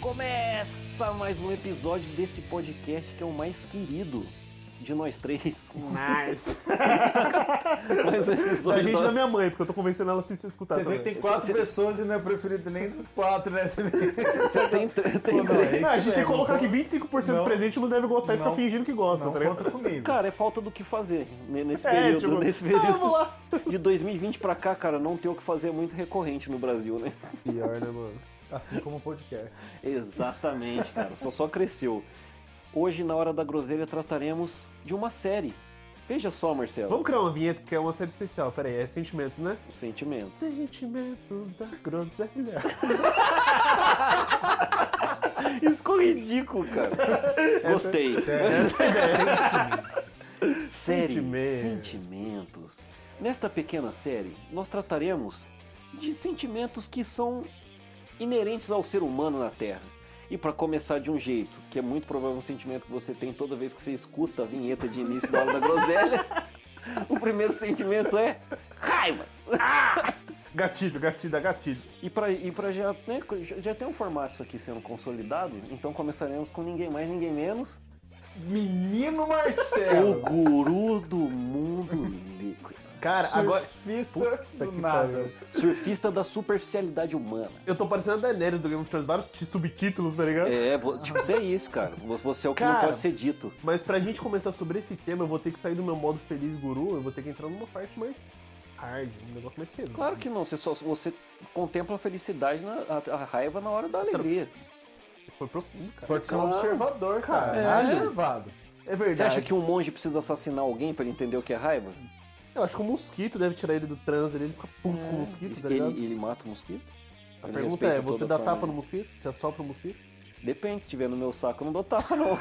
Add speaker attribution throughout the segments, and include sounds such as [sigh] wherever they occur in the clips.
Speaker 1: Começa mais um episódio desse podcast que é o mais querido de nós três.
Speaker 2: [laughs]
Speaker 3: Nice.
Speaker 1: mais um
Speaker 3: Da
Speaker 1: episódio
Speaker 3: gente e da
Speaker 1: da...
Speaker 3: minha mãe, porque eu tô convencendo ela a se se escutar
Speaker 2: Você vê
Speaker 3: também.
Speaker 2: que tem quatro
Speaker 1: Você-
Speaker 2: pessoas e não é preferido nem dos quatro, né? Você vê-
Speaker 1: tá- Tem, tre- tem
Speaker 2: Não,
Speaker 1: três.
Speaker 2: é isso
Speaker 3: Ah, a gente tem que
Speaker 2: mesmo.
Speaker 3: colocar que 25%
Speaker 2: Não.
Speaker 3: presente não deve gostar e fica
Speaker 2: Não.
Speaker 3: fingindo que gosta,
Speaker 2: Não
Speaker 3: tá ligado?
Speaker 2: conta comigo.
Speaker 1: Cara, é falta do que fazer né, nesse
Speaker 3: É,
Speaker 1: período.
Speaker 3: tipo,
Speaker 1: nesse
Speaker 3: Ah, vamos
Speaker 1: período
Speaker 3: lá.
Speaker 1: de 2020 pra cá, cara, não ter o que fazer é muito recorrente no Brasil, né?
Speaker 3: Pior, né, mano?
Speaker 2: Assim como o podcast.
Speaker 1: Exatamente, cara. Só só cresceu. Hoje, na hora da groselha, trataremos de uma série. Veja só, Marcelo.
Speaker 3: Vamos criar uma vinheta, porque é uma série especial. Pera aí, é Sentimentos, né?
Speaker 1: Sentimentos.
Speaker 3: Sentimentos da groselha.
Speaker 1: Isso ficou ridículo, cara. Gostei.
Speaker 2: [laughs] Sério.
Speaker 1: Série
Speaker 3: Sentimentos.
Speaker 1: Sentimentos. Nesta pequena série, nós trataremos de sentimentos que são inerentes ao ser humano na Terra. E pra começar de um jeito, que é muito provável um sentimento que você tem toda vez que você escuta a vinheta de início da Hora da Groselha, [laughs] o primeiro sentimento é raiva.
Speaker 3: Gatilho, gatilho, dá gatilho.
Speaker 1: E pra, e pra já, né, já- já tem um formato isso aqui sendo consolidado, então começaremos com ninguém mais, ninguém menos.
Speaker 2: Menino
Speaker 1: É O
Speaker 2: Marcelo.
Speaker 1: guru do mundo líquido.
Speaker 3: Cara, agora...
Speaker 2: Surfista do
Speaker 3: que
Speaker 2: nada.
Speaker 3: pariu.
Speaker 1: Surfista da superficialidade humana.
Speaker 3: Eu tô parecendo a Daenerys do Game of Thrones, vários t- subtítulos, tá ligado?
Speaker 1: É, vo- tipo, você é isso, cara. Vo- Você é o que não
Speaker 3: Cara.
Speaker 1: pode ser dito.
Speaker 3: Mas pra gente comentar sobre esse tema, eu vou ter que sair do meu modo feliz guru, eu vou ter que entrar numa parte mais hard, um negócio mais pesado.
Speaker 1: Claro que não, você só você contempla a felicidade, na, a, a raiva na hora da alegria.
Speaker 3: Foi profundo, cara.
Speaker 2: Pode ser um
Speaker 1: Claro.
Speaker 2: observador, cara.
Speaker 1: Caralho.
Speaker 2: Observado.
Speaker 3: É verdade.
Speaker 1: Você acha que um monge precisa assassinar alguém pra ele entender o que é raiva?
Speaker 3: Eu acho que o mosquito deve tirar ele do transe, ele fica puto com o mosquito, tá
Speaker 1: É, Ele,
Speaker 3: ligado?
Speaker 1: ele mata o mosquito?
Speaker 3: a
Speaker 1: ele
Speaker 3: pergunta
Speaker 1: respeita
Speaker 3: é, você
Speaker 1: toda né? a
Speaker 3: dá tapa
Speaker 1: família.
Speaker 3: no mosquito? Você assopra o mosquito?
Speaker 1: Depende, se tiver no meu saco, eu não dou tapa,
Speaker 3: [laughs]
Speaker 1: não.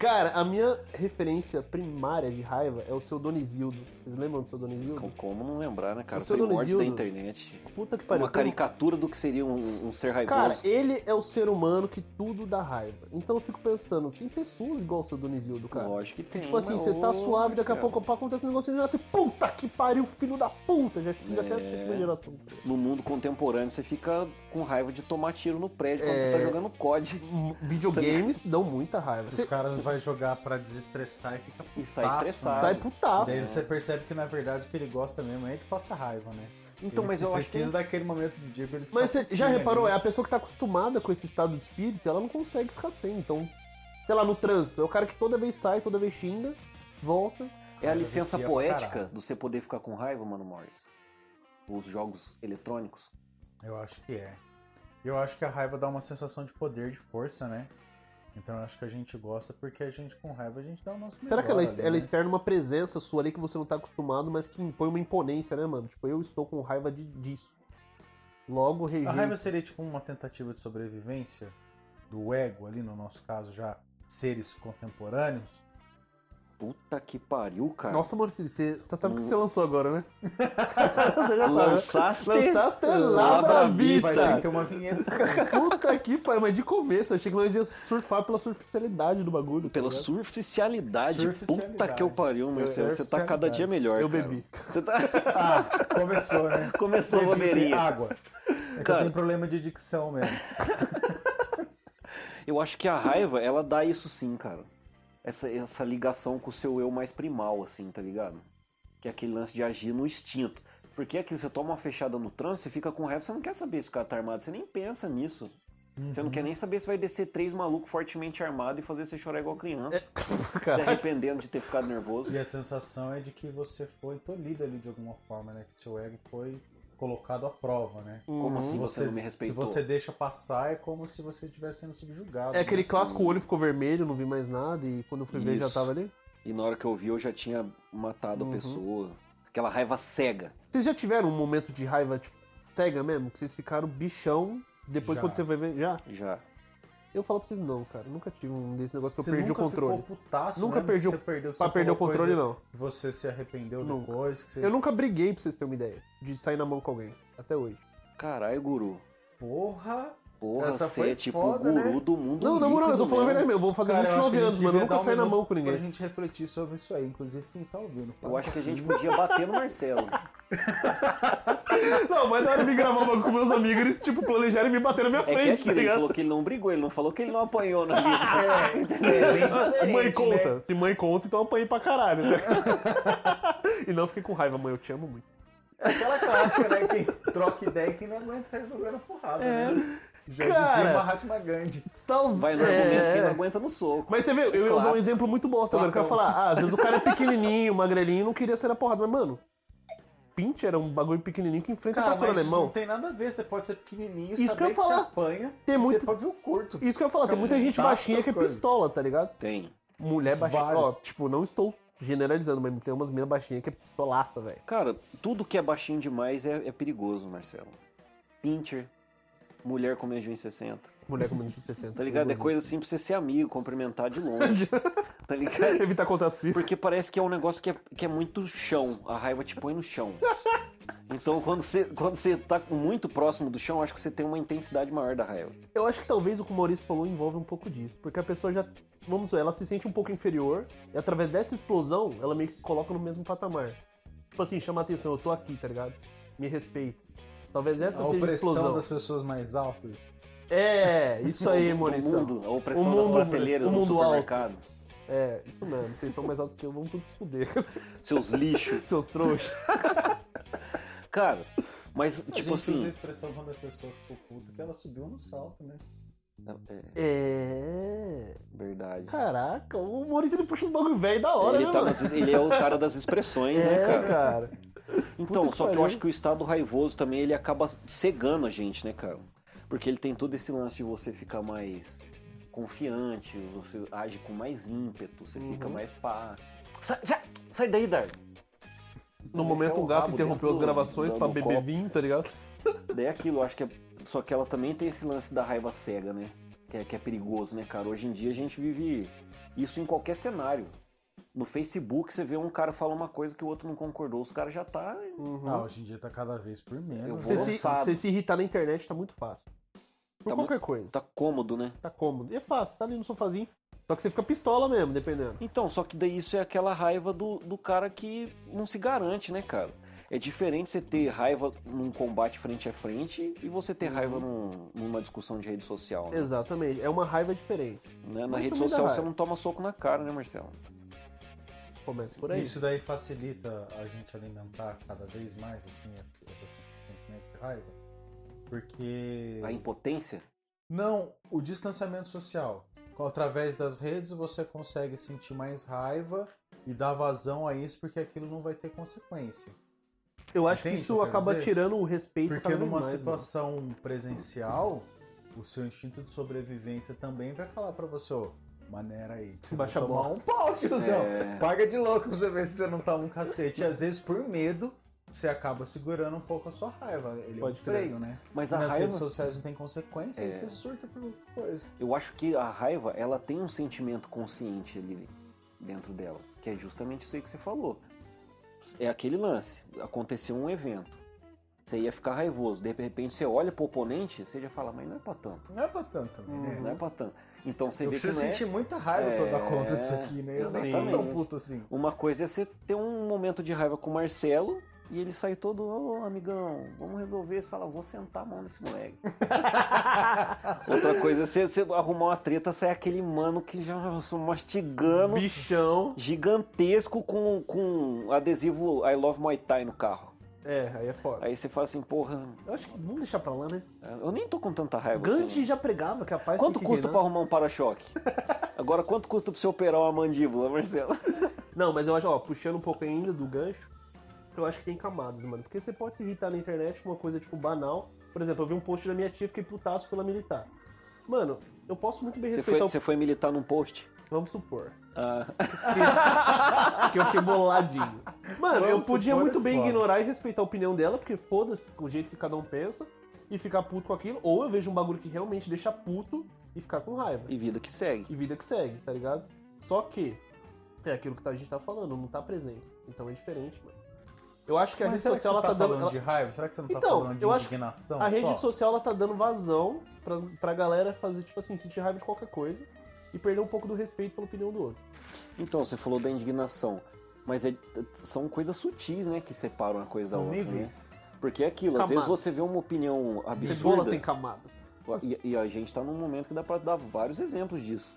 Speaker 3: Cara, a minha referência primária de raiva é o seu Donizildo. Vocês lembram do seu
Speaker 1: Com-
Speaker 3: Donizildo?
Speaker 1: Como não lembrar, né, cara?
Speaker 3: O seu
Speaker 1: Primórdios da
Speaker 3: Donizildo.
Speaker 1: internet. É
Speaker 3: Puta que pariu.
Speaker 1: Uma caricatura do que seria um, um ser
Speaker 3: Cara,
Speaker 1: raivoso.
Speaker 3: ele é o ser humano que tudo dá raiva. Então eu fico pensando, tem pessoas igual o seu Donizildo, cara.
Speaker 1: Lógico que tem.
Speaker 3: Tipo assim,
Speaker 1: mas-
Speaker 3: você tá
Speaker 1: Ô,
Speaker 3: suave, daqui a
Speaker 1: Marcelo.
Speaker 3: pouco pá, acontece um negócio e já assim, puta que pariu, filho da puta! Já xinga até a
Speaker 2: É.
Speaker 3: sétima geração.
Speaker 1: No mundo contemporâneo, você fica com raiva de tomar tiro no prédio quando
Speaker 3: É.
Speaker 1: você tá jogando COD
Speaker 3: Hum, Videogames dão muita raiva.
Speaker 2: Os
Speaker 3: Você
Speaker 2: caras vão jogar pra desestressar e fica
Speaker 1: e sai
Speaker 2: Passa,
Speaker 1: estressado.
Speaker 3: sai putaço.
Speaker 2: Daí você percebe que na verdade o que ele gosta mesmo é de passar raiva, né?
Speaker 1: Então,
Speaker 2: Ele
Speaker 1: mas
Speaker 2: se
Speaker 1: eu acho que.
Speaker 2: precisa daquele momento do dia pra ele ficar né?
Speaker 3: Mas você já
Speaker 2: curtindo
Speaker 3: reparou, é
Speaker 2: ali.
Speaker 3: a pessoa que tá acostumada com esse estado de espírito, ela não consegue ficar sem. Então, sei lá, no trânsito, é o cara que toda vez sai, toda vez xinga, volta.
Speaker 1: É a
Speaker 2: Cara,
Speaker 1: licença
Speaker 2: vicia pra
Speaker 1: poética
Speaker 2: caralho.
Speaker 1: do você poder ficar com raiva, mano, Morris? Os jogos eletrônicos?
Speaker 2: Eu acho que é. Eu acho que a raiva dá uma sensação de poder, de força, né? Então eu acho que a gente gosta porque a gente com raiva a gente dá o nosso melhor.
Speaker 3: Será que ela,
Speaker 2: ali,
Speaker 3: ela
Speaker 2: né?
Speaker 3: externa uma presença sua ali que você não tá acostumado, mas que impõe uma imponência, né, mano? Tipo, eu estou com raiva de, disso. Logo, rejeito.
Speaker 2: A raiva seria tipo uma tentativa de sobrevivência do ego ali, no nosso caso, já seres contemporâneos?
Speaker 1: Puta que pariu, cara.
Speaker 3: Nossa, Maurício, você, você sabe o que
Speaker 1: Hum.
Speaker 3: você lançou agora, né? você já sabe.
Speaker 1: Lançaste.
Speaker 3: né? Lançaste
Speaker 2: Vai ter que
Speaker 3: Labrabita!
Speaker 2: ter uma vinheta. [laughs]
Speaker 3: Puta que pariu, mas de começo, eu achei que nós ia surfar pela superficialidade do bagulho. tá
Speaker 1: Pela
Speaker 3: ligado?
Speaker 1: superficialidade. Puta
Speaker 2: Superficialidade.
Speaker 1: que eu pariu, Marcelo. Você tá cada dia melhor.
Speaker 3: Eu
Speaker 1: cara.
Speaker 3: bebi. [laughs]
Speaker 1: Você tá... [laughs]
Speaker 2: Ah, começou, né?
Speaker 1: Começou a
Speaker 2: Bebi Ah,
Speaker 1: bobeirinha.
Speaker 2: Água. É que
Speaker 1: Cara.
Speaker 2: eu tenho problema de dicção mesmo.
Speaker 1: Eu acho que a raiva, ela dá isso sim, cara. Essa, essa ligação com o seu eu mais primal, assim, tá ligado? Que é aquele lance de agir no instinto. Porque é aquilo, você toma uma fechada no trânsito, você fica com raiva, você não quer saber se o cara tá armado, você nem pensa nisso.
Speaker 2: Uhum.
Speaker 1: Você não
Speaker 3: Uhum.
Speaker 1: quer nem saber se vai descer três malucos fortemente armados e fazer você chorar igual criança. Se
Speaker 3: É, Cara,
Speaker 1: arrependendo de ter ficado
Speaker 3: [laughs]
Speaker 1: nervoso.
Speaker 2: E a sensação é de que você foi tolhido ali de alguma forma, né? Que seu ego foi colocado à prova, né?
Speaker 1: Como assim
Speaker 2: Se
Speaker 1: você, não me
Speaker 2: se
Speaker 1: respeitou?
Speaker 2: você deixa passar, é como se você estivesse sendo subjugado.
Speaker 3: É aquele
Speaker 2: né?
Speaker 3: clássico, o olho ficou vermelho, não vi mais nada, e quando eu fui ver já
Speaker 1: Isso.
Speaker 3: tava ali.
Speaker 1: E na hora que eu vi, eu já tinha matado
Speaker 3: Uhum.
Speaker 1: a pessoa. Aquela raiva cega.
Speaker 3: Vocês já tiveram um momento de raiva, tipo, cega mesmo? Que vocês ficaram bichão, depois
Speaker 2: Já.
Speaker 3: quando você vai ver, já?
Speaker 1: Já.
Speaker 3: Eu falo pra vocês não, cara, nunca tive um desse negócio que
Speaker 2: Você
Speaker 3: eu perdi o
Speaker 2: nunca
Speaker 3: controle.
Speaker 2: Ficou putaço,
Speaker 3: Nunca
Speaker 2: mesmo,
Speaker 3: perdi
Speaker 2: que
Speaker 3: o-
Speaker 2: você perdeu, que
Speaker 3: Pra
Speaker 2: você
Speaker 3: perder o
Speaker 2: falou
Speaker 3: controle,
Speaker 2: coisa
Speaker 3: não.
Speaker 2: que Você se arrependeu
Speaker 3: Nunca.
Speaker 2: depois, que você...
Speaker 3: Eu nunca briguei, pra vocês terem uma ideia, de sair na mão com alguém, até hoje.
Speaker 1: Caralho, guru.
Speaker 2: Porra!
Speaker 1: Porra,
Speaker 2: Essa
Speaker 1: você
Speaker 2: foi
Speaker 1: é tipo
Speaker 2: foda,
Speaker 1: o guru
Speaker 2: né?
Speaker 1: do mundo
Speaker 3: Não, na moral, eu tô falando a
Speaker 1: mesmo.
Speaker 3: verdade mesmo, eu vou fazer
Speaker 2: Cara, eu acho que
Speaker 3: 29
Speaker 2: a gente
Speaker 3: anos, mano, eu
Speaker 2: devia
Speaker 3: nunca
Speaker 2: dar um
Speaker 3: saí na
Speaker 2: minuto
Speaker 3: mão com
Speaker 2: Pra
Speaker 3: ninguém.
Speaker 2: gente refletir sobre isso aí, inclusive quem tá ouvindo.
Speaker 1: Eu acho que a gente podia bater no Marcelo.
Speaker 3: Não, mas na hora de me gravar uma com meus amigos, eles, tipo, planejaram me bater na minha
Speaker 1: É que é
Speaker 3: frente, tá
Speaker 1: aquilo, ele
Speaker 3: ligado?
Speaker 1: falou que ele não brigou, ele não falou que ele não apanhou na vida.
Speaker 3: [laughs]
Speaker 2: É, é bem diferente,
Speaker 3: mãe conta.
Speaker 2: né?
Speaker 3: Se mãe conta, então eu apanhei pra caralho. né? [laughs] e não fiquei com raiva, mãe, eu te amo muito.
Speaker 2: Aquela clássica, né? Quem troca ideia e quem não aguenta resolver a porrada, né? Já dizia
Speaker 3: É. Cara.
Speaker 2: Mahatma Gandhi.
Speaker 3: Talvez.
Speaker 1: Vai no
Speaker 3: é.
Speaker 1: argumento, quem não aguenta no soco.
Speaker 3: Mas você vê, eu ia usar um
Speaker 1: Clássico.
Speaker 3: exemplo muito bosta agora. Eu quero
Speaker 2: Platão.
Speaker 3: falar, ah, às vezes o [laughs] cara é pequenininho, magrelinho, e não queria ser a porrada. Mas, mano, Pint era um bagulho pequenininho que enfrenta
Speaker 2: Cara,
Speaker 3: pastor
Speaker 2: Ah, mas isso não
Speaker 3: alemão.
Speaker 2: tem nada a ver. Você pode ser pequenininho,
Speaker 3: Isso que eu
Speaker 2: saber
Speaker 3: ia
Speaker 2: que, você
Speaker 3: falar.
Speaker 2: apanha,
Speaker 3: Tem
Speaker 2: e
Speaker 3: muito-
Speaker 2: você pode ver o curto.
Speaker 3: Isso que eu ia falar, tem muita gente
Speaker 2: Tá,
Speaker 3: baixinha
Speaker 2: essas
Speaker 3: que é
Speaker 2: coisas.
Speaker 3: pistola, tá ligado?
Speaker 1: Tem.
Speaker 3: Mulher baixinha. Ó,
Speaker 2: Vários.
Speaker 3: tipo, não estou generalizando, mas tem umas minas baixinhas que é pistolaça, velho.
Speaker 1: Cara, tudo que é baixinho demais é, é perigoso, Marcelo. Pincher, mulher com menos de 1,60.
Speaker 3: Mulher com menos de 60.
Speaker 1: Tá ligado? É
Speaker 3: perigoso.
Speaker 1: coisa assim pra você ser amigo, cumprimentar de
Speaker 3: [laughs]
Speaker 1: longe. tá ligado?
Speaker 3: Evitar contato físico.
Speaker 1: Porque parece que é um negócio que é, que é muito chão. A raiva te põe no chão. Então, quando você, quando você tá muito próximo do chão, acho que você tem uma intensidade maior da raiva.
Speaker 3: Eu acho que talvez o que o Maurício falou envolve um pouco disso. Porque a pessoa já. Vamos dizer, ela se sente um pouco inferior. E através dessa explosão, ela meio que se coloca no mesmo patamar. Tipo assim, chama atenção, eu tô aqui, tá ligado? Me respeita. Talvez essa
Speaker 2: A
Speaker 3: seja a
Speaker 2: opressão
Speaker 3: explosão.
Speaker 2: das pessoas mais altas.
Speaker 1: Tipo
Speaker 3: É, isso aí,
Speaker 1: [laughs] Do- do
Speaker 3: Maurício.
Speaker 1: mundo, a opressão
Speaker 3: O mundo,
Speaker 1: das prateleiras
Speaker 3: o
Speaker 1: no
Speaker 3: mundo
Speaker 1: supermercado.
Speaker 3: É, isso mesmo. Vocês são mais altos que eu, vamos todos se fuder. [laughs]
Speaker 1: Seus lixos.
Speaker 3: Seus trouxas.
Speaker 1: Cara, mas, tipo
Speaker 2: a gente usa a
Speaker 1: assim.
Speaker 2: expressão quando a pessoa ficou puta que ela subiu no salto, né?
Speaker 1: É,
Speaker 3: É.
Speaker 1: verdade.
Speaker 3: Caraca, o Maurício ele puxa uns bagulho velho da hora,
Speaker 1: Ele,
Speaker 3: né,
Speaker 1: tá
Speaker 3: mano?
Speaker 1: nas- ele é o cara das expressões, né,
Speaker 3: É,
Speaker 1: cara?
Speaker 3: cara.
Speaker 1: Então,
Speaker 3: Puta que
Speaker 1: só que eu
Speaker 3: pariu.
Speaker 1: acho que o estado raivoso também ele acaba cegando a gente, né, cara? Porque ele tem todo esse lance de você ficar mais confiante, você age com mais ímpeto, você
Speaker 3: Uhum.
Speaker 1: fica mais pá. Sai, sai, sai daí, Dar.
Speaker 3: No momento o gato interrompeu as gravações pra beber vinho, tá ligado?
Speaker 1: Daí é aquilo, eu acho que é... só que ela também tem esse lance da raiva cega, né? Que é, que é perigoso, né, cara? Hoje em dia a gente vive isso em qualquer cenário. No Facebook você vê um cara falar uma coisa que o outro não concordou, os caras já tá
Speaker 3: Uhum.
Speaker 2: Ah, hoje em dia tá cada vez por menos.
Speaker 1: Eu vou-
Speaker 3: Você
Speaker 2: né?
Speaker 3: se,
Speaker 1: lançado.
Speaker 3: você se irritar na internet tá muito fácil. Por
Speaker 1: Tá
Speaker 3: qualquer coisa.
Speaker 1: tá cômodo, né?
Speaker 3: Tá cômodo. E é fácil, tá ali no sofazinho. Só que você fica pistola mesmo, dependendo.
Speaker 1: Então, só que daí isso é aquela raiva do, do cara que não se garante, né, cara? É diferente você ter raiva num combate frente a frente e você ter raiva num- numa discussão de rede social. né?
Speaker 3: Exatamente. É uma raiva diferente.
Speaker 1: Né? Na
Speaker 3: Mas
Speaker 1: rede
Speaker 3: também dá
Speaker 1: social você
Speaker 3: raiva.
Speaker 1: não toma soco na cara, né, Marcelo?
Speaker 3: Começa por aí.
Speaker 2: Isso daí facilita a gente alimentar cada vez mais, assim, esse, esse sentimento de raiva. Porque.
Speaker 1: A impotência?
Speaker 2: Não, o distanciamento social. Através das redes você consegue sentir mais raiva e dar vazão a isso porque aquilo não vai ter consequência.
Speaker 3: Eu acho que
Speaker 2: Entende o
Speaker 3: isso
Speaker 2: que eu quero
Speaker 3: acaba
Speaker 2: dizer?
Speaker 3: tirando o respeito
Speaker 2: Porque
Speaker 3: cada vez
Speaker 2: numa
Speaker 3: mais, né?
Speaker 2: situação presencial, o seu instinto de sobrevivência também vai falar pra você, ô, maneira aí, que você vai
Speaker 3: Baixa a
Speaker 2: tomar
Speaker 3: bola."
Speaker 2: um pau, tiozão.
Speaker 1: É.
Speaker 2: Paga de louco pra você ver se você não toma um cacete. E às vezes, por medo, você acaba segurando um pouco a sua raiva. Ele
Speaker 3: Pode
Speaker 2: é um
Speaker 3: crer.
Speaker 2: freio, né?
Speaker 1: Mas a
Speaker 2: Nas redes
Speaker 1: raiva,
Speaker 2: sociais não tem consequência,
Speaker 1: É.
Speaker 2: e você surta por coisa.
Speaker 1: eu acho que a raiva, ela tem um sentimento consciente ali dentro dela, que é justamente isso aí que você falou. É aquele lance, aconteceu um evento, você ia ficar raivoso, de repente você olha pro oponente, você já fala, mas não é pra tanto.
Speaker 2: Não é pra tanto também, né?
Speaker 3: Uhum.
Speaker 1: Não é pra tanto. Então você
Speaker 2: Eu
Speaker 1: vê que não
Speaker 2: preciso
Speaker 3: é.
Speaker 2: sentir muita raiva pra eu dar conta disso aqui, né? Eu nem tô tão
Speaker 1: exatamente.
Speaker 2: puto assim.
Speaker 1: é. Uma coisa é você ter um momento de raiva com o Marcelo e ele sai todo, ô amigão, vamos resolver. Você fala, vou sentar a mão nesse
Speaker 2: [laughs]
Speaker 1: moleque. Outra coisa é você, você arrumar uma treta, sai aquele mano que já [laughs] se
Speaker 3: mano.
Speaker 1: mastigando,
Speaker 3: [laughs] Bichão.
Speaker 1: gigantesco, com, com adesivo I Love Muay Thai no carro.
Speaker 3: É, aí é foda.
Speaker 1: Aí você fala assim, porra,
Speaker 3: Eu acho que vamos deixar pra lá, né?
Speaker 1: eu nem tô com tanta raiva assim.
Speaker 3: Gandhi já pregava que a paz
Speaker 1: Quanto
Speaker 3: tem que
Speaker 1: custa pra
Speaker 3: reinar.
Speaker 1: arrumar um
Speaker 2: [laughs]
Speaker 1: para-choque? Agora, quanto custa pra você operar uma mandíbula, Marcelo?
Speaker 3: Não, mas eu acho, ó, puxando um pouco ainda do gancho, eu acho que tem camadas, mano. Porque você pode se irritar na internet com uma coisa, tipo, banal. Por exemplo, eu vi um post da minha tia, fiquei putaço pela militar. Mano, eu posso muito bem
Speaker 1: Você foi,
Speaker 3: respeitar
Speaker 2: então.
Speaker 3: o...
Speaker 1: você foi militar num post?
Speaker 3: Vamos supor.
Speaker 1: Ah. [laughs]
Speaker 3: que [laughs] eu fiquei boladinho. Mano, eu
Speaker 2: Vamos
Speaker 3: podia
Speaker 2: supor,
Speaker 3: muito
Speaker 2: é
Speaker 3: bem
Speaker 2: foda.
Speaker 3: ignorar e respeitar a opinião dela, porque foda-se com o jeito que cada um pensa, e ficar puto com aquilo. Ou eu vejo um bagulho que realmente deixa puto e ficar com raiva.
Speaker 1: E vida que segue.
Speaker 3: e vida que segue, tá ligado? Só que é aquilo que a gente tá falando, não tá presente. Então é diferente, mano. Eu acho que a
Speaker 2: Mas
Speaker 3: rede
Speaker 2: será que
Speaker 3: social
Speaker 2: você
Speaker 3: ela
Speaker 2: tá
Speaker 3: tá dando.
Speaker 2: falando
Speaker 3: ela-
Speaker 2: de raiva? Será que você não tá
Speaker 3: Então,
Speaker 2: falando de
Speaker 3: eu acho-
Speaker 2: indignação
Speaker 3: a rede
Speaker 2: só?
Speaker 3: social ela tá dando vazão pra, pra galera fazer, tipo assim, sentir raiva de qualquer coisa e perder um pouco do respeito pela opinião do outro.
Speaker 1: Então, você falou da indignação. Mas é- são coisas sutis, né, que separam uma coisa da
Speaker 2: São
Speaker 1: outra. né?
Speaker 2: níveis.
Speaker 1: Porque é aquilo, às vezes
Speaker 3: Camadas.
Speaker 1: você vê uma opinião
Speaker 3: Cebola
Speaker 1: absurda.
Speaker 3: tem camadas.
Speaker 1: E, e a gente tá num momento que dá pra dar vários exemplos disso.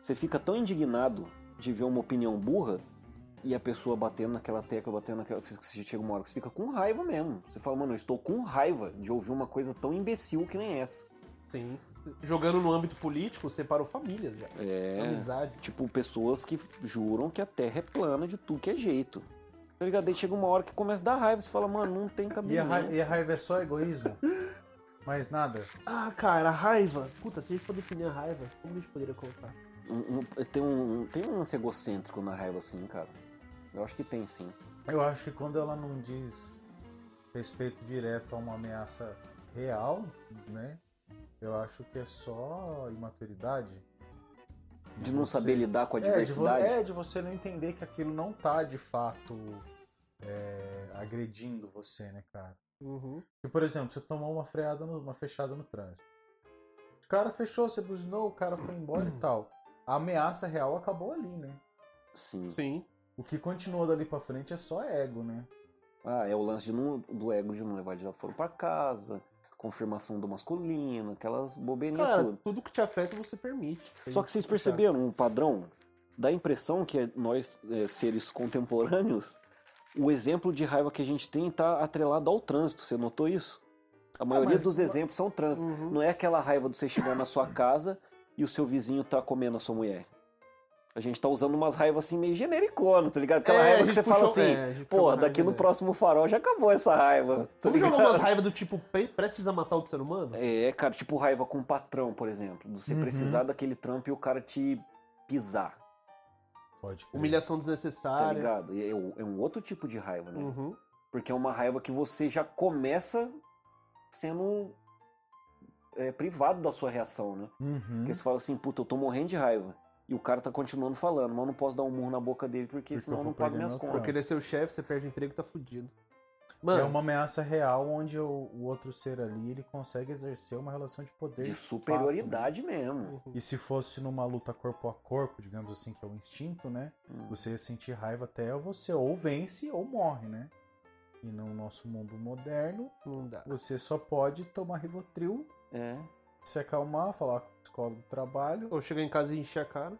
Speaker 1: Você fica tão indignado de ver uma opinião burra e a pessoa batendo naquela tecla, batendo naquela. que Você chega uma hora que você fica com raiva mesmo. Você fala, mano, eu estou com raiva de ouvir uma coisa tão imbecil que nem essa.
Speaker 3: Sim. Jogando no âmbito político, separou famílias já.
Speaker 1: É.
Speaker 3: Amizade.
Speaker 1: Tipo, pessoas que juram que a terra é plana de tudo que é jeito. Tá ligado? Daí chega uma hora que começa a dar raiva. Você fala, mano, não tem
Speaker 2: E a,
Speaker 1: cabimento.
Speaker 2: ra- e a raiva é só egoísmo? Mais nada?
Speaker 3: Ah, cara, a raiva. Puta, se a gente for definir a raiva, como a gente poderia colocar?
Speaker 1: Um- um- tem, um, tem um lance egocêntrico na raiva, assim, cara. Eu acho que tem, sim.
Speaker 2: Eu acho que quando ela não diz respeito direto a uma ameaça real, né? Eu acho que é só imaturidade.
Speaker 1: De não
Speaker 2: você-
Speaker 1: saber lidar com a
Speaker 2: É de, vo-
Speaker 1: diversidade.
Speaker 2: é, de você não entender que aquilo não tá de fato é, agredindo você, né, cara?
Speaker 3: Uhum.
Speaker 2: E, por exemplo, você tomou uma freada, no- uma fechada no trânsito. O cara fechou, você buzinou, o cara foi embora
Speaker 1: [clears throat]
Speaker 2: e tal. A ameaça real acabou ali, né?
Speaker 1: Sim.
Speaker 3: Sim.
Speaker 2: O que continuou dali pra frente é só ego, né?
Speaker 1: Ah, é o lance de não- do ego de não levar de fora pra casa, confirmação do masculino, aquelas bobeirinhas
Speaker 3: Cara,
Speaker 1: todas.
Speaker 3: tudo que te afeta você permite.
Speaker 1: Só que vocês perceberam um padrão? Dá a impressão que nós, é, seres contemporâneos, o exemplo de raiva que a gente tem tá atrelado ao trânsito. Você notou isso? A maioria
Speaker 2: mas-
Speaker 1: dos exemplos são trânsito.
Speaker 3: Uhum.
Speaker 1: Não é aquela raiva de você chegar na sua casa e o seu vizinho tá comendo a sua mulher. A gente tá usando umas raivas assim meio genericona, tá ligado? Aquela
Speaker 3: É, a
Speaker 1: raiva que
Speaker 3: gente
Speaker 1: você fala
Speaker 3: puxou-
Speaker 1: assim,
Speaker 3: é, a gente puxou
Speaker 1: Pô,
Speaker 3: uma
Speaker 1: daqui
Speaker 3: raiva,
Speaker 1: no
Speaker 3: né?
Speaker 1: próximo farol já acabou essa raiva. Tá
Speaker 3: Vamos jogar um-
Speaker 1: ligado? [laughs]
Speaker 3: umas raivas do tipo, pre- prestes a matar outro ser humano?
Speaker 1: É, cara, tipo raiva com o patrão, por exemplo. De Você
Speaker 2: Uhum.
Speaker 1: precisar daquele trampo e o cara te pisar,
Speaker 2: Pode crer.
Speaker 3: Humilhação
Speaker 1: tá
Speaker 3: desnecessária.
Speaker 1: ligado? E É, um- é um outro tipo de raiva, né?
Speaker 3: Uhum.
Speaker 1: Porque é uma raiva que você já começa sendo é, privado da sua reação, né?
Speaker 2: Uhum.
Speaker 1: Porque você fala assim, puta, eu tô morrendo de raiva. E o cara tá continuando falando, mas eu não posso dar um murro na boca dele porque,
Speaker 2: Porque
Speaker 1: senão
Speaker 2: eu
Speaker 1: eu
Speaker 2: vou
Speaker 1: não pago
Speaker 2: perder
Speaker 1: minhas
Speaker 2: meu
Speaker 1: contas.
Speaker 3: Porque ele é seu chefe, você perde o emprego e tá fudido.
Speaker 2: É
Speaker 3: Mano,
Speaker 2: uma ameaça real onde o, o outro ser ali ele consegue exercer uma relação de poder.
Speaker 1: De
Speaker 2: fato, né?
Speaker 1: superioridade mesmo.
Speaker 3: uhum.
Speaker 2: E se fosse numa luta corpo a corpo, digamos assim, que é o instinto, né?
Speaker 1: Hum.
Speaker 2: Você ia sentir raiva até você ou vence ou morre, né? E no nosso mundo moderno,
Speaker 3: não dá.
Speaker 2: você só pode tomar Rivotril,
Speaker 1: É.
Speaker 2: se acalmar, falar com o psicólogo do trabalho,
Speaker 3: Ou chegar em casa e encher a cara.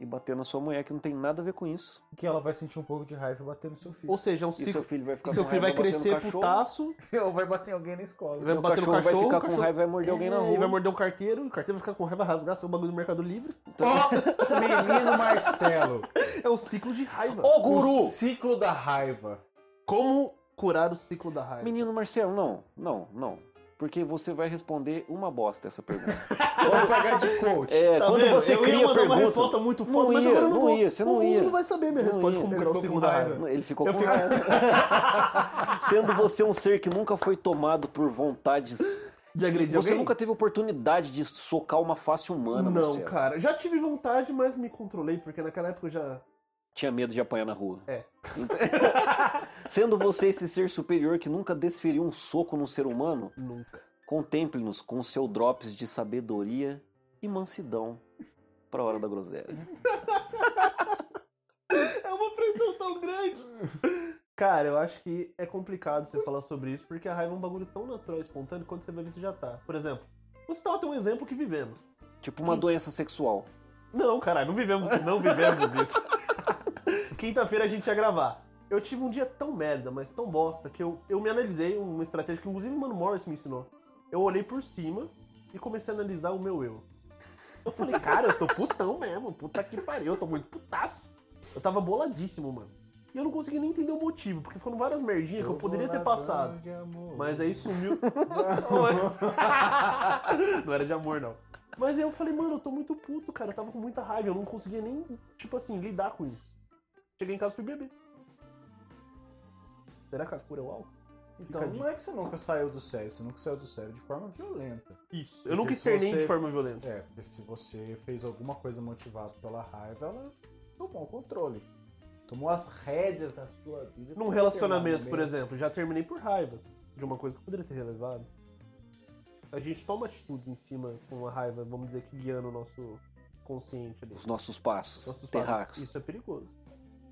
Speaker 1: E bater na sua mulher que não tem nada a ver com isso.
Speaker 2: que ela vai sentir um pouco de raiva e bater no seu filho.
Speaker 3: Ou seja, é um
Speaker 1: E seu
Speaker 3: ciclo.
Speaker 1: filho vai ficar
Speaker 3: E seu
Speaker 1: com
Speaker 3: filho
Speaker 1: raiva
Speaker 3: vai crescer
Speaker 1: batendo no cachorro,
Speaker 3: putaço,
Speaker 2: [laughs] Ou vai bater em alguém na escola.
Speaker 3: Vai
Speaker 1: o
Speaker 3: bater no
Speaker 1: cachorro, vai
Speaker 3: cachorro,
Speaker 1: ficar
Speaker 3: o
Speaker 1: com
Speaker 3: cachorro-
Speaker 1: raiva e vai morder alguém na
Speaker 3: é,
Speaker 1: rua.
Speaker 3: e vai morder um carteiro, o carteiro vai ficar com raiva, rasgar seu bagulho no Mercado Livre.
Speaker 1: Então,
Speaker 2: Ó, menino Marcelo,
Speaker 3: É o ciclo de raiva.
Speaker 1: Ô
Speaker 2: o
Speaker 1: guru!
Speaker 2: ciclo da raiva.
Speaker 3: Como curar o ciclo da raiva?
Speaker 1: Menino Marcelo, não, não, não. Porque você vai responder uma bosta essa
Speaker 3: [laughs]
Speaker 1: pergunta.
Speaker 2: Você vai pagar de coach.
Speaker 1: É,
Speaker 3: Tá
Speaker 1: quando
Speaker 3: vendo?
Speaker 1: você
Speaker 3: eu
Speaker 1: cria
Speaker 3: ia mandar
Speaker 1: perguntas.
Speaker 3: uma resposta muito
Speaker 1: Não
Speaker 3: foda, mas
Speaker 1: ia,
Speaker 3: agora eu não,
Speaker 1: não
Speaker 3: vou.
Speaker 1: ia, você não
Speaker 3: o
Speaker 1: ia.
Speaker 3: mundo vai saber minha
Speaker 1: Não
Speaker 3: resposta
Speaker 1: ia.
Speaker 3: como
Speaker 1: Ele
Speaker 3: curar o
Speaker 2: ficou
Speaker 3: ciclo
Speaker 2: com
Speaker 3: da
Speaker 2: raiva.
Speaker 3: raiva.
Speaker 1: Ele ficou
Speaker 3: Eu
Speaker 1: com
Speaker 3: fico- [laughs]
Speaker 1: raiva. Sendo você um ser que nunca foi tomado por vontades.
Speaker 3: De agredir
Speaker 1: Você
Speaker 3: alguém?
Speaker 1: nunca teve oportunidade de socar uma face humana,
Speaker 3: Não,
Speaker 1: Marcelo.
Speaker 3: cara. Já tive vontade, mas me controlei, porque naquela época eu já.
Speaker 1: Tinha medo de apanhar na rua.
Speaker 3: É.
Speaker 1: Então- [laughs] Sendo você esse ser superior que nunca desferiu um soco num ser humano,
Speaker 3: Nunca.
Speaker 1: Contemple-nos com seu drops de sabedoria e mansidão para a hora da groselha.
Speaker 3: Uhum. É uma pressão tão grande. Cara, eu acho que é complicado você falar sobre isso, porque a raiva é um bagulho tão natural e espontâneo quando você vai ver você já tá. Por exemplo, você tava tem um exemplo que vivemos.
Speaker 1: Tipo uma doença sexual.
Speaker 3: Não, caralho, não vivemos, não vivemos isso. [laughs] Quinta-feira a gente ia gravar. Eu tive um dia tão merda, mas tão bosta, que eu, eu me analisei uma estratégia que inclusive o Mano Morris me ensinou. Eu olhei por cima e comecei a analisar o meu eu. Eu falei, cara, eu tô putão mesmo, puta que pariu, eu tô muito putaço. Eu tava boladíssimo, mano. E eu não consegui nem entender o motivo, porque foram várias merdinhas que eu poderia ter passado. Mas é aí
Speaker 2: [laughs]
Speaker 3: sumiu. não era de amor, não. Mas aí eu falei, mano, eu tô muito puto, cara. Eu tava com muita raiva. Eu não conseguia nem, tipo assim, lidar com isso. Cheguei em casa e fui beber. Será que a cura é o álcool?
Speaker 2: Então,
Speaker 3: Fica a
Speaker 2: não é que você nunca saiu do sério, você nunca saiu do sério de forma violenta.
Speaker 3: Isso. Eu
Speaker 2: Porque
Speaker 3: nunca
Speaker 2: se
Speaker 3: externei
Speaker 2: você-
Speaker 3: de forma violenta.
Speaker 2: É, porque se você fez alguma coisa motivada pela raiva, ela tomou o controle. Tomou as rédeas da sua vida.
Speaker 3: Num relacionamento, por exemplo, já terminei por raiva de uma coisa que eu poderia ter relevado. A gente toma atitude em cima com a raiva, vamos dizer que guiando o nosso consciente ali.
Speaker 1: Os nossos passos
Speaker 3: Nossos passos.
Speaker 1: terracos.
Speaker 3: Isso é perigoso.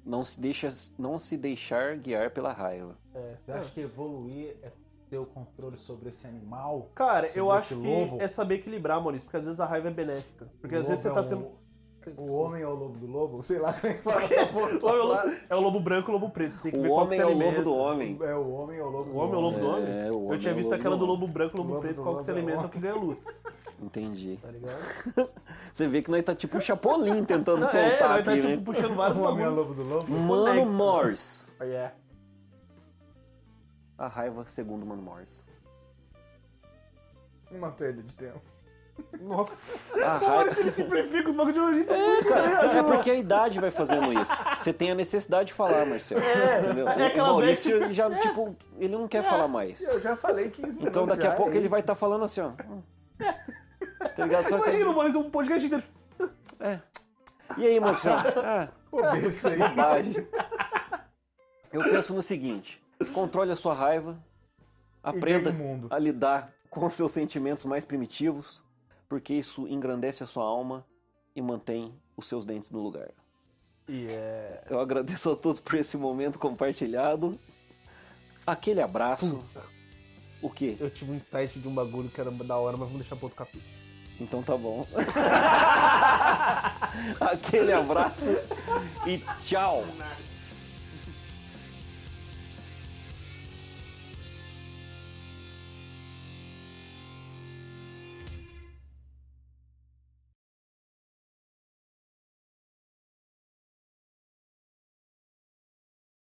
Speaker 1: Não se, deixa, não se deixar guiar pela raiva.
Speaker 3: É.
Speaker 2: Você acha que evoluir é ter o controle sobre esse animal?
Speaker 3: Cara, eu
Speaker 2: Sobre
Speaker 3: acho
Speaker 2: esse lobo?
Speaker 3: que é saber equilibrar, Maurício, porque às vezes a raiva é benéfica. Porque às
Speaker 2: O
Speaker 3: vezes você
Speaker 2: lobo
Speaker 3: tá [laughs]
Speaker 2: é
Speaker 3: sendo.
Speaker 2: O, o homem é o lobo do lobo? Sei lá como é que fala essa porra.
Speaker 3: O homem é o lobo- é o lobo branco e o lobo preto. Você tem que
Speaker 1: O
Speaker 3: ver qual que
Speaker 1: homem
Speaker 3: você
Speaker 1: é o lobo
Speaker 3: alimenta.
Speaker 1: do homem.
Speaker 2: É o homem é o lobo
Speaker 3: O
Speaker 2: do
Speaker 3: homem é o lobo do homem?
Speaker 1: É, o homem
Speaker 3: Eu tinha
Speaker 1: é o
Speaker 3: visto
Speaker 1: lobo
Speaker 3: aquela do
Speaker 1: homem.
Speaker 3: lobo branco e lobo
Speaker 2: Lobo
Speaker 3: preto,
Speaker 2: do
Speaker 3: qual que se
Speaker 2: lobo é
Speaker 3: alimenta,
Speaker 2: homem.
Speaker 3: o que ganha luta,
Speaker 1: Entendi.
Speaker 3: tá ligado?
Speaker 1: Você vê que nós tá tipo Chapolin tentando
Speaker 3: Não, [laughs] é,
Speaker 1: soltar
Speaker 3: vai tá
Speaker 1: aqui, né?
Speaker 3: tipo um puxando vários
Speaker 2: O homem é o
Speaker 3: bagulhos.
Speaker 2: lobo do lobo?
Speaker 1: Mano
Speaker 3: conexo.
Speaker 1: Morse.
Speaker 2: Oh,
Speaker 3: é.
Speaker 2: yeah.
Speaker 1: A raiva segundo Mano Morse.
Speaker 2: Uma perda de tempo.
Speaker 3: Nossa.
Speaker 1: A
Speaker 3: O Maurício
Speaker 1: raiva...
Speaker 3: é ele simplifica os bagulhos de hoje, então
Speaker 1: É,
Speaker 3: muito, tá ligado?
Speaker 1: cara, é porque a idade vai fazendo isso. Você tem a necessidade de falar, Marcelo.
Speaker 3: É,
Speaker 1: entendeu?
Speaker 3: é
Speaker 1: o
Speaker 3: aquela
Speaker 1: Maurício
Speaker 3: vez
Speaker 1: já, tipo, ele não
Speaker 3: É.
Speaker 1: quer falar mais.
Speaker 4: Eu já falei 15 minutos.
Speaker 1: Então daqui
Speaker 4: já,
Speaker 1: a pouco
Speaker 4: é
Speaker 1: ele vai
Speaker 4: isso.
Speaker 1: estar falando assim, ó. Hum. Tá ligado? Só que-
Speaker 3: Imagina, o Maurício é um podcast inteiro.
Speaker 1: E
Speaker 4: [laughs]
Speaker 1: aí, moção? Ah, [laughs]
Speaker 2: Obeso aí.
Speaker 1: bobagem. Eu penso no seguinte: controle a sua raiva, aprenda
Speaker 2: E ganha o mundo.
Speaker 1: a lidar com seus sentimentos mais primitivos, porque isso engrandece a sua alma e mantém os seus dentes no lugar.
Speaker 3: E é.
Speaker 1: Eu agradeço a todos por esse momento compartilhado. Aquele abraço. O quê?
Speaker 3: Eu tive um insight de um bagulho que era da hora, mas vamos deixar pra outro capítulo.
Speaker 1: Então tá bom. [laughs] Aquele abraço e tchau.
Speaker 3: Nice.